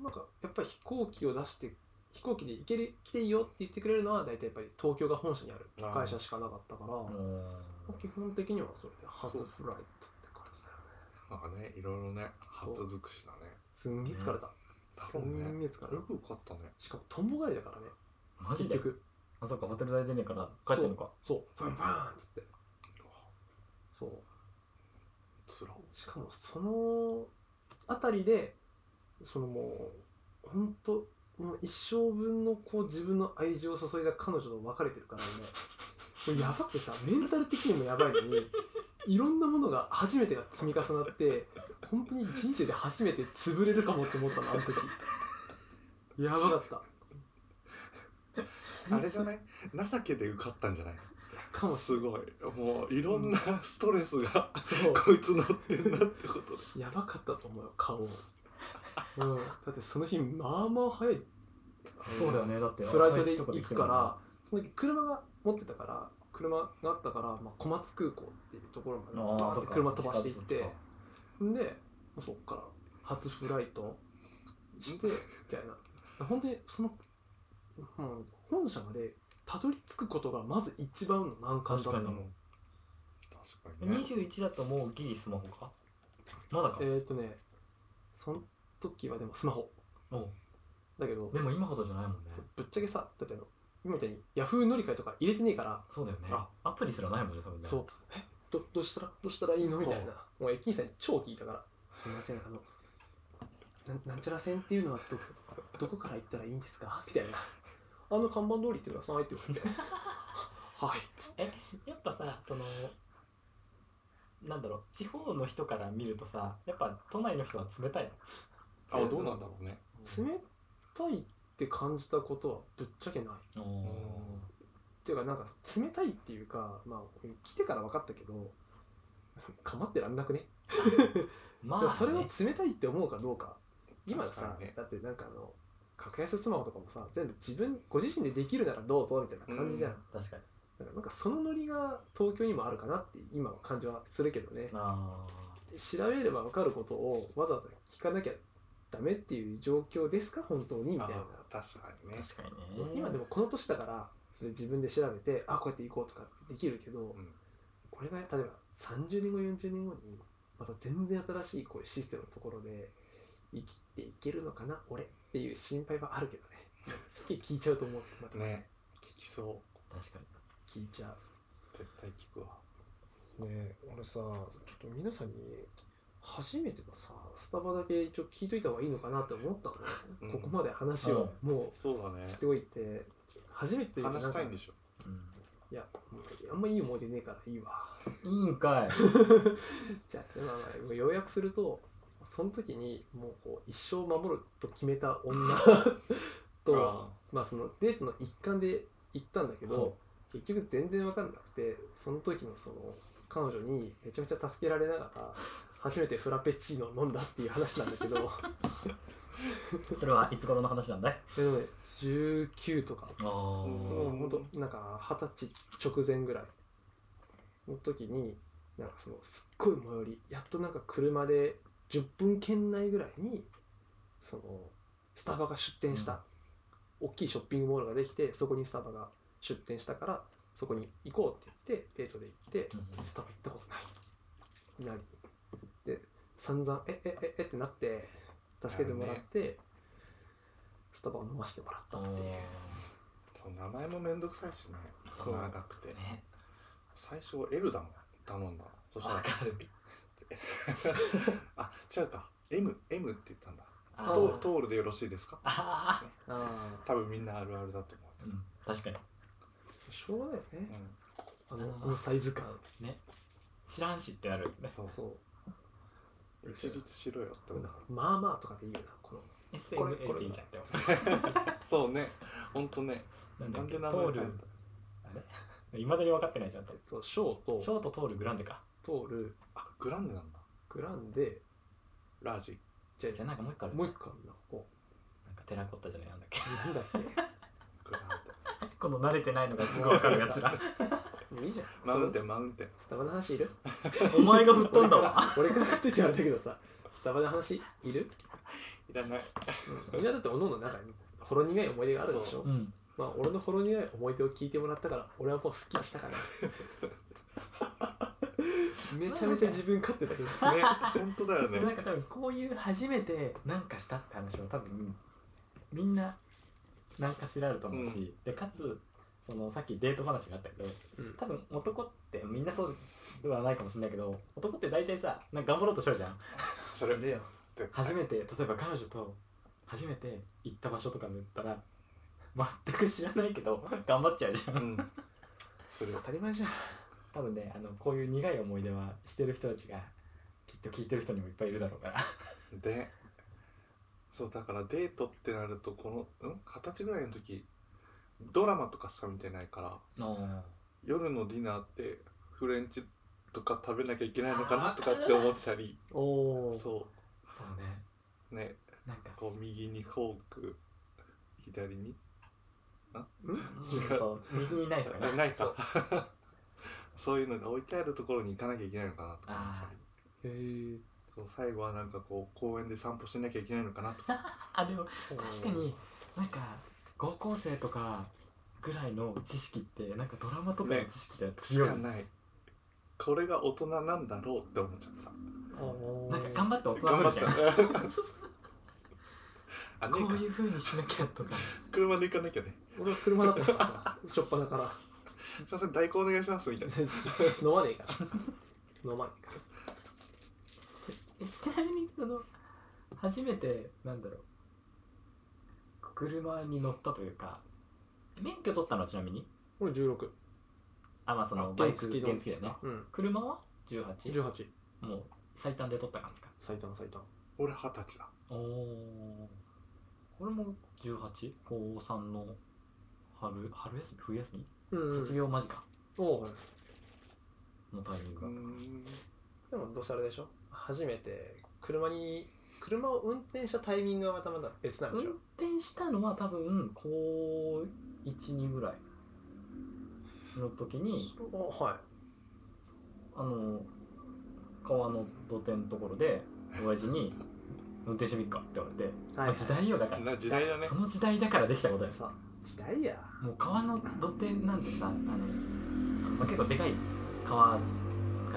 Speaker 3: なんかやっぱり飛行機を出して飛行機で行ける来ていいよって言ってくれるのは大体やっぱり東京が本社にある会社しかなかったから、
Speaker 1: うん
Speaker 3: 基本的にはそれで初
Speaker 2: そう
Speaker 3: フライトって感じ
Speaker 2: なんかねいろいろね初尽くしだね
Speaker 3: すんげえ疲れた、
Speaker 2: だ
Speaker 3: す
Speaker 2: ろうん
Speaker 3: げ
Speaker 2: ね
Speaker 3: え疲れ
Speaker 2: よ
Speaker 3: た
Speaker 2: く受かったね
Speaker 3: しかもとんぼ狩りだからね
Speaker 1: マジ
Speaker 3: 結
Speaker 1: で
Speaker 3: 局
Speaker 1: あそっかホテル代出ねえから帰ってんのか
Speaker 3: そうバンバンっつって
Speaker 2: うわ
Speaker 3: そう
Speaker 2: つら
Speaker 3: しかもその辺りでそのもう本当もう一生分のこう自分の愛情を注いだ彼女と別れてるからねこれやばくてさメンタル的にもやばいのにいろんなものが初めてが積み重なって本当に人生で初めて潰れるかもって思ったのあの時やばかった
Speaker 2: あれじゃない情けで受かったんじゃない
Speaker 3: かもし
Speaker 2: すごいもういろんなストレスが、
Speaker 3: そう
Speaker 2: こいつ乗ってんなってことで
Speaker 3: やばかったと思うよ顔を、うん、だってその日まあまあ早い
Speaker 1: そうだよねだって
Speaker 3: フライトで行くからその時車が持ってたから車があったから、まあ、小松空港っていうところまでバーンって車飛ばしていってでもうそっから初フライトしてみたいな本当にその、うん、本社までたどり着くことがまず一番の難関だった
Speaker 1: 確か
Speaker 3: の
Speaker 1: に
Speaker 2: 確かに
Speaker 1: 二
Speaker 2: ね
Speaker 1: 十一だともうギリスマホかまだか
Speaker 3: えっ、とねその時はでもスマホ
Speaker 1: おう
Speaker 3: だけど
Speaker 1: でも今ほどじゃないもんね
Speaker 3: ぶっちゃけさだってあの今みたいにヤフー乗り換えとか入れてねえから
Speaker 1: そうだよね
Speaker 2: あ
Speaker 1: アプリすらないもんね多分ね
Speaker 3: そうえどどうしたらどうしたらいいのみたい
Speaker 2: そ
Speaker 3: なもう駅員さんに超聞いたからすいませんあのななんちゃら線っていうのはどどこから行ったらいいんですかみたいなあの看板通り行ってくださいって言われて はいっつって
Speaker 1: やっぱさそのなんだろう地方の人から見るとさやっぱ都内の人は冷たい
Speaker 2: あどうなんだろうね
Speaker 3: 冷たいって感じたことはぶっちゃけない
Speaker 1: の
Speaker 3: っていうかなんか冷たいっていうかまあ来てから分かったけど構ってらんなくね
Speaker 1: まあ、
Speaker 3: でもそれを
Speaker 1: ね
Speaker 3: 冷たいって思うかどうか今
Speaker 2: 確
Speaker 3: さ
Speaker 2: か、にね
Speaker 3: だってなんかあの格安スマホとかもさ全部自分ご自身でできるならどうぞみたいな感じじゃん、
Speaker 2: うん
Speaker 1: 確かに
Speaker 3: なんかなんかそのノリが東京にもあるかなって今は感じはするけどね
Speaker 1: あ
Speaker 3: 調べれば分かることをわざわざ聞かなきゃダメっていう状況ですか本当にみたい
Speaker 2: あ
Speaker 3: な
Speaker 2: 確かに
Speaker 1: ー
Speaker 2: ね
Speaker 1: 確かにね
Speaker 3: 今で
Speaker 1: も
Speaker 3: もこの年だからそれ自分で調べてあこうやって行こうとかできるけど、
Speaker 2: うん
Speaker 3: これが例えば30年後40年後にまた全然新しいこういうシステムのところで生きていけるのかな俺っていう心配はあるけどね すげえ聞いちゃうと思うまた
Speaker 2: ね聞きそう
Speaker 1: 確かに
Speaker 3: 聞いちゃ
Speaker 2: 絶対聞くわ
Speaker 3: うね俺さちょっと皆さんに初めてのさスタバだけ一応聞いといた方がいいのかなって思ったの、
Speaker 2: うん
Speaker 3: ここまで話をも
Speaker 2: そうだね
Speaker 3: うしておいて、初めてというか
Speaker 2: 話したいん
Speaker 3: なん
Speaker 2: で
Speaker 3: か
Speaker 2: しょ
Speaker 3: いやもうあんまいい思い出ねえからいいわ
Speaker 1: うん、いいんかい
Speaker 3: じゃあ、まあまあ、要約するとその時にもうこう一生守ると決めた女とまあ、そのデートの一環で行ったんだけど、結局全然分かんなくてその時のその彼女にめちゃめちゃ助けられながら初めてフラペチーノを飲んだっていう話なんだけど
Speaker 1: それはいつ頃の話なんだい
Speaker 3: でもね19とか
Speaker 1: あー
Speaker 3: もう本当なんか二十歳直前ぐらいの時になんかそのすっごい最寄りやっとなんか車で10分圏内ぐらいにそのスタバが出店した、大きいショッピングモールができてそこにスタバが出店したからそこに行こうって言ってデートで行ってスタバ行ったことないなりで散々「ええええってなって助けてもらって、スタバを飲ませてもらったっていう。
Speaker 2: そう名前もめんどくさいしね
Speaker 1: そう
Speaker 2: 長くて
Speaker 1: ね
Speaker 2: 最初 L だもん頼んだのそした
Speaker 1: わ
Speaker 2: ら
Speaker 1: かる
Speaker 2: あ違うか MM って言ったんだ
Speaker 1: あ
Speaker 3: ー
Speaker 2: ト
Speaker 1: ー
Speaker 2: ートールでよろしいですか
Speaker 1: あ
Speaker 3: あー
Speaker 2: 多分みんなあるあるだと思
Speaker 1: ーうん確かに
Speaker 3: しょうがないよ
Speaker 2: う、
Speaker 3: ね、
Speaker 2: う
Speaker 3: あのあのサイズ感
Speaker 1: ね知らんしってあるやつね
Speaker 2: ん、そう
Speaker 3: そう
Speaker 2: 一律しろよって思う
Speaker 3: まあまあとかでいいよなこのこれこれ
Speaker 1: SMLP じゃんって思
Speaker 2: そうねほんとね
Speaker 1: う
Speaker 2: なんで名
Speaker 1: ト
Speaker 2: 前
Speaker 1: ー
Speaker 2: 変え
Speaker 1: ルいまだに分かってないじゃんと
Speaker 3: えっとショー
Speaker 1: ショー
Speaker 3: と
Speaker 1: トトールグランデか
Speaker 3: トール
Speaker 2: たあグランデなんだ
Speaker 3: グランデ
Speaker 2: ラージ
Speaker 3: じゃ
Speaker 1: じゃあなんかもう一個ある
Speaker 3: もう一個あるなこ
Speaker 1: なんかテラコッタじゃないなんだっけ
Speaker 3: うなんだっ
Speaker 2: グラン
Speaker 1: この慣れてないのがすごい分かるやつら
Speaker 3: けいいじゃん
Speaker 2: デマウンテンマウンテン
Speaker 3: スタバの話いる
Speaker 1: お前が吹っ飛んだ
Speaker 3: 俺か
Speaker 1: わ
Speaker 3: ら俺からしててあれだけどさスタバの話いる、
Speaker 2: い らない
Speaker 3: みんなだっておのおの中にほろ苦い思い出があるでしょ
Speaker 1: うん
Speaker 3: まあ俺のほろ苦 い思い出を聞いてもらったから俺はもう好きにしたからめちゃめちゃ自分勝手だけど
Speaker 2: ね本当だよ
Speaker 1: でもなんか
Speaker 2: ね
Speaker 1: 多分こういう初めてなんかしたって話は多分みんな何かしらあると思うし、でかつそのさっきデート話があったけど
Speaker 3: うん
Speaker 1: 多分男ってみんなそうではないかもしれないけど男って大体さなんか頑張ろうとしようじゃん
Speaker 2: それ
Speaker 1: するよ
Speaker 2: 絶対
Speaker 1: 初めて例えば彼女と初めて行った場所とかで言ったら全く知らないけど頑張っちゃうじゃん
Speaker 2: うんそれ
Speaker 1: 当たり前じゃん多分ねあのこういう苦い思い出はしてる人たちがきっと聞いてる人にもいっぱいいるだろうから
Speaker 2: でそうだからデートってなるとこのうん二十歳ぐらいの時ドラマとかしか見てないから夜のディナーってフレンチとか食べなきゃいけないのかなとかって思ってたり
Speaker 3: おお
Speaker 2: そ
Speaker 1: そうね
Speaker 2: うね
Speaker 1: なんか
Speaker 2: こう右にフォーク 左に
Speaker 1: ちょっと右にないとかね
Speaker 2: あないか そういうのが置いてあるところに行かなきゃいけないのかなとか思ったり
Speaker 3: へえ
Speaker 2: そう最後はなんかこう公園で散歩しなきゃいけないのかなとか
Speaker 1: あでも確かになんか高校生とかぐらいの知識ってなんかドラマとかの知識が
Speaker 2: し
Speaker 1: 強い、
Speaker 2: かないこれが大人なんだろうって思っちゃった
Speaker 1: そうなんか頑張って大人
Speaker 2: 頑
Speaker 1: になる
Speaker 2: 張っ
Speaker 1: じゃん
Speaker 2: た あね
Speaker 1: こういう風にしなきゃとか
Speaker 2: 車で行かなきゃね
Speaker 3: 俺は車だったからさしょっぱだから
Speaker 2: すいません代行お願いしますみたいな
Speaker 3: 飲まねえから飲まねえから
Speaker 1: えちなみにその初めてなんだろう車に乗ったというか免許取ったのはちなみに
Speaker 3: 俺16
Speaker 1: あまあその
Speaker 3: あ
Speaker 1: バイ
Speaker 3: 原
Speaker 1: ク
Speaker 3: 付の
Speaker 1: 原付だよね
Speaker 3: うん
Speaker 1: 車は 18?
Speaker 3: 18
Speaker 1: もう最短で取った感じか
Speaker 3: 埼玉埼玉
Speaker 2: 俺二十歳だ
Speaker 1: おお俺も 18? 高3の春春休み冬休み、
Speaker 3: うんうん
Speaker 1: 卒業間近
Speaker 3: おう
Speaker 1: のタイミング
Speaker 2: う
Speaker 1: だった
Speaker 2: ー
Speaker 1: か
Speaker 2: ん
Speaker 3: でもどうせあれでしょ初めて車に車を運転したタイミングはまたまた別なん
Speaker 1: ら
Speaker 3: でしょ、
Speaker 1: 運転したのは多分高12ぐらいの時に
Speaker 3: おはい
Speaker 1: あの川の土手のところで親父に「運転してみっか」って言われて、
Speaker 3: はい
Speaker 1: まあ時代よだから、
Speaker 2: な時代だね
Speaker 1: その時代だからできたことでさ
Speaker 3: 時代や
Speaker 1: もう川の土手なんてさあの、まあ、結構でかい川が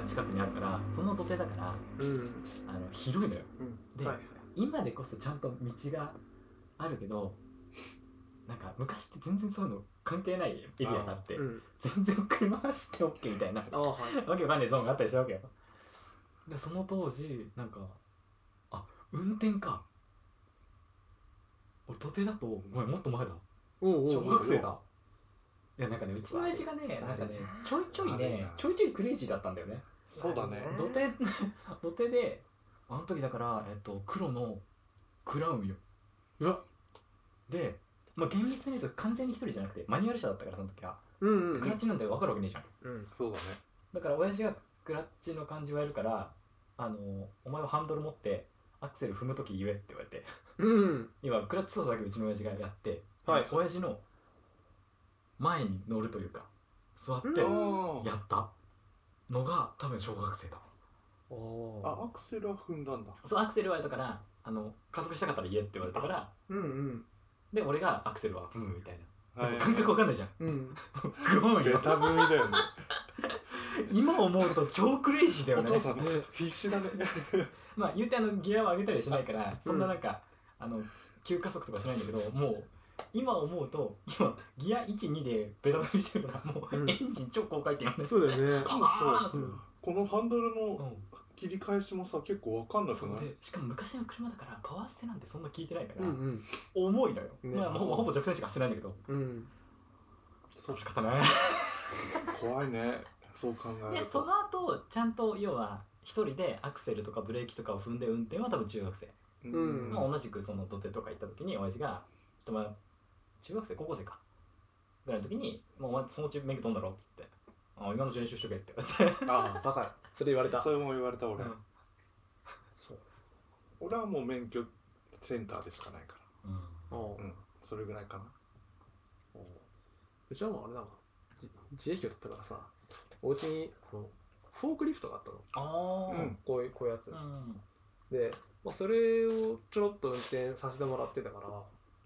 Speaker 1: 近くにあるからその土手だから
Speaker 3: うん
Speaker 1: あの広いのよ
Speaker 2: うん
Speaker 1: で、
Speaker 3: はいはい
Speaker 1: 今でこそちゃんと道があるけどなんか昔って全然そういうの関係ないエリアがあって
Speaker 3: うん
Speaker 1: 全然車走って OK みたいな
Speaker 3: あはい
Speaker 1: わけわかんないゾーンがあったりしたわけよでその当時なんかあ運転か俺土手だとごめんもっと前だ
Speaker 3: おうおう
Speaker 1: 小
Speaker 3: おう
Speaker 1: 学生だいやなんかねうちの親父がね
Speaker 3: あれ
Speaker 1: なんかねちょいちょい
Speaker 2: あれ
Speaker 1: ね
Speaker 2: な
Speaker 1: ちょいちょいクレイジーだったんだよね
Speaker 2: そうだね
Speaker 1: 土手土手であの時だから、えっと、黒のクラウンよ
Speaker 3: うわ
Speaker 1: で、まあ、厳密に言うと完全に一人じゃなくてマニュアル車だったからその時は
Speaker 3: うんうんうん
Speaker 1: クラッチなんて分かるわけねえじゃん
Speaker 3: うん
Speaker 2: そうだね
Speaker 1: だから親父がクラッチの感じをやるからあのお前はハンドル持ってアクセル踏む時言えって言われて
Speaker 3: うん
Speaker 1: 今クラッチ操作だけうちの親父がやって、
Speaker 3: はい
Speaker 1: 親父の前に乗るというか座って
Speaker 3: うん
Speaker 2: おー
Speaker 1: やったのが多分小学生だわ
Speaker 3: お
Speaker 2: あアクセルは踏んだんだ
Speaker 1: そうアクセルはだからあの加速したかったら言えって言われたから
Speaker 3: うんうん
Speaker 1: で俺がアクセルは踏むみたいな、
Speaker 2: はい
Speaker 1: でも感覚わかんないじゃん
Speaker 3: うん
Speaker 1: グオン
Speaker 2: ベ
Speaker 1: よ
Speaker 2: タ踏みだよね
Speaker 1: 今思うと超クレイジーだよ
Speaker 2: お
Speaker 1: ね
Speaker 2: 父さん
Speaker 3: ね
Speaker 2: 必死だね
Speaker 1: まあ言うてあのギアは上げたりはしないからそんななんか、あの急加速とかしないんだけどもう今思うと今ギア12でベタ踏みしてるからもう
Speaker 3: うん
Speaker 1: エンジン超高回転なんです、
Speaker 3: そうだよね
Speaker 1: パーン
Speaker 3: う
Speaker 1: うん
Speaker 3: ん
Speaker 2: このハンドルの
Speaker 1: うん
Speaker 2: 切り返しもさ結構わかんなく
Speaker 1: そう
Speaker 2: ない
Speaker 1: でしかも昔の車だからパワーステなんてそんな効いてないか
Speaker 3: う
Speaker 1: ら、
Speaker 3: ん
Speaker 1: 重いのよ、
Speaker 3: ね
Speaker 1: まあもうほぼ直線しか走ってないんだけど
Speaker 3: うん
Speaker 2: そう
Speaker 1: 仕方ない
Speaker 2: 怖いねそう考え
Speaker 1: で
Speaker 2: る
Speaker 1: そ
Speaker 2: と
Speaker 1: の後ちゃんと要は一人でアクセルとかブレーキとかを踏んで運転は多分中学生、
Speaker 2: う
Speaker 3: うん
Speaker 1: まあ同じくその土手とか行った時に親父が「ちょっとお前中学生高校生か」ぐらいの時に「もうお前そのうち免許取んだろ」っつって「あ今のうち練習しとけ」って言われて
Speaker 2: あ
Speaker 3: バカやそれ言われ
Speaker 2: あ
Speaker 3: た
Speaker 2: それも言われた俺、
Speaker 1: うん
Speaker 3: そう
Speaker 2: 俺はもう免許センターでしかないか
Speaker 3: おう
Speaker 2: らうんそれぐらいかな
Speaker 3: おううちはもうあれだもんじ自営業だったからさお家にあのフォークリフトがあったの
Speaker 1: ああ
Speaker 2: うん
Speaker 3: こういうこういうやつ
Speaker 1: うん
Speaker 3: で、まあ、それをちょろっと運転させてもらってたから、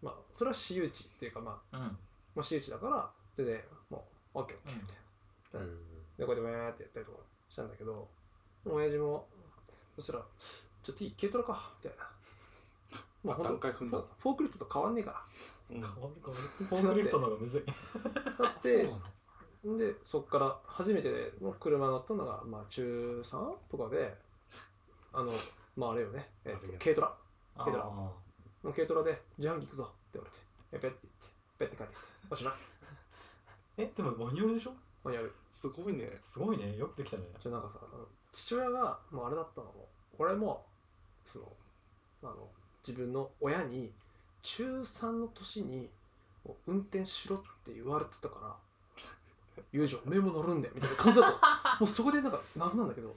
Speaker 3: まあ、それは私有地っていうか、まあ、
Speaker 1: うん
Speaker 3: まあ、私有地だから全然もう OKOK みたいな、
Speaker 2: う
Speaker 3: うんんでこうやってウェーってやったりとかしたんだけど親父もそしたら「じゃあ次軽トラか」みたいなまあ
Speaker 2: 段
Speaker 3: 本当
Speaker 2: 階踏ん
Speaker 3: フ
Speaker 2: だ
Speaker 3: ォフォークリフトと変わんねえか
Speaker 2: うん
Speaker 1: わる変わるフォークリフトの方がむずい
Speaker 3: らだっ
Speaker 2: そう
Speaker 3: てでそっから初めての車に乗ったのが、まあ、中3とかであのまああれよね、えーと
Speaker 2: あれよ
Speaker 3: 軽トラ
Speaker 1: あ
Speaker 3: だの軽トラで「自販機行くぞ」って言われてえペッて行ってペッて帰ってきて「おしまい
Speaker 1: ーえでもマニュアルでしょ
Speaker 3: もうやる
Speaker 2: すごいね
Speaker 1: すごいねよくできたね」
Speaker 3: じゃなんかさあの父親がもうあれだったのも俺もそのあの自分の親に中3の年にもう運転しろって言われてたから「 友情おめえも乗るんだよ」みたいな感じだったもうそこでなんか謎なんだけど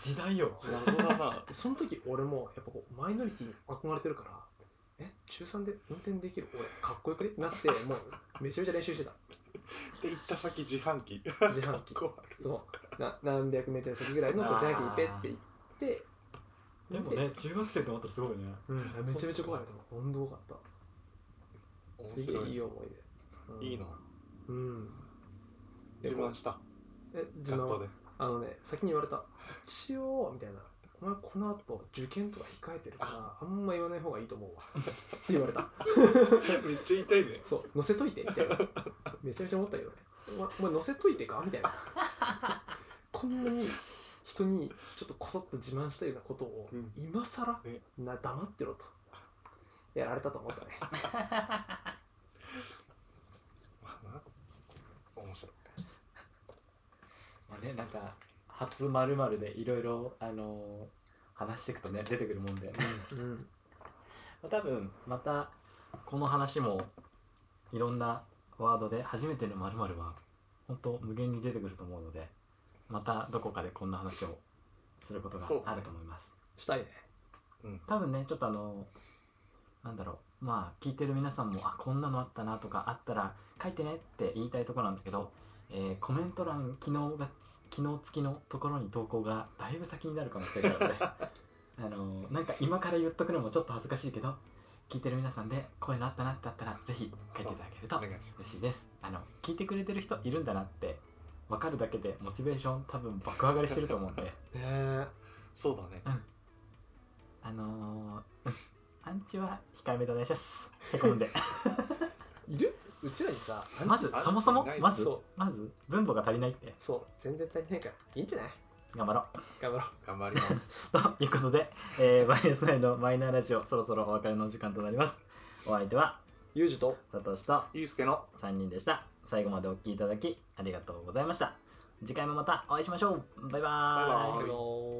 Speaker 1: 時代よ
Speaker 2: 謎だ な
Speaker 3: その時俺もやっぱこうマイノリティに憧れてるからえ中3で運転できる俺かっこよくねってなってもうめちゃめちゃ練習してた
Speaker 2: で行った先自販機
Speaker 3: 自販機
Speaker 2: こうある
Speaker 3: そうな何百メートル先ぐらいのこう自販機にペッて行って
Speaker 1: でもね中学生って思ったらすごいね
Speaker 3: うん、めちゃめちゃ怖いほんと怖かった
Speaker 2: 面
Speaker 3: すげ
Speaker 2: 白
Speaker 3: え
Speaker 2: い
Speaker 3: いい思い出
Speaker 2: いいな
Speaker 3: うんで
Speaker 2: 自慢した
Speaker 3: え自
Speaker 2: 学
Speaker 3: 慢
Speaker 2: 校
Speaker 3: は
Speaker 2: で
Speaker 3: あのね先に言われた一応みたいなお前この後受験とか控えてるからあんま言わない方がいいと思うわ って言われた
Speaker 2: めっちゃ痛いね
Speaker 3: そう乗せといてみたいなめちゃめちゃ思ったけどねお前お前乗せといてかみたいなこんなに人にちょっとこそっと自慢したようなことを、
Speaker 2: うん
Speaker 3: 今さら、
Speaker 2: ね
Speaker 3: な黙ってろとやられたと思ったね
Speaker 2: まあな面白い
Speaker 1: まあねなんか初まるまるでいろいろあのー話していくとね出てくるもんで、
Speaker 3: うん
Speaker 1: まあ多分またこの話もいろんなワードで初めてのまるまるは本当無限に出てくると思うのでまたどこかでこんな話をすることが
Speaker 2: そう
Speaker 1: あると思います。
Speaker 3: したいね
Speaker 1: 多分ねちょっとあのなんだろうまあ聞いてる皆さんもあこんなのあったなとかあったら書いてねって言いたいところなんだけど、えーコメント欄昨日がつ昨日付きのところに投稿がだいぶ先になるかもしれないのであのなんか今から言っとくのもちょっと恥ずかしいけど聞いてる皆さんでこういうのあったなってあったらぜひ書いていただけると
Speaker 2: お願いします
Speaker 1: 嬉しいですあの聞いてくれてる人いるんだなって分かるだけでモチベーション多分爆上がりしてると思うんで
Speaker 3: ねえ
Speaker 2: そうだね
Speaker 1: あのー、アンチは控えめでお願いします。へこんで。
Speaker 3: いるうちらにさアンチ
Speaker 1: まず、
Speaker 2: アンチ
Speaker 1: そもそも
Speaker 2: いない、
Speaker 1: まず
Speaker 3: そ、
Speaker 1: まず、分母が足りないって、
Speaker 3: そう全然足りないからいいんじゃない
Speaker 1: 頑張ろ
Speaker 3: 頑張ろ
Speaker 2: 頑張り ま す
Speaker 1: う。ということで、えー、YSI のマイナーラジオ、そろそろお別れの時間となります。お相手は、
Speaker 3: うユージと
Speaker 1: 佐藤氏と
Speaker 2: ゆうすけの
Speaker 1: 3人でした。最後までお聴きいただき、ありがとうございました。次回もまたお会いしましょう。バイバ
Speaker 2: バイバーイ
Speaker 3: あのー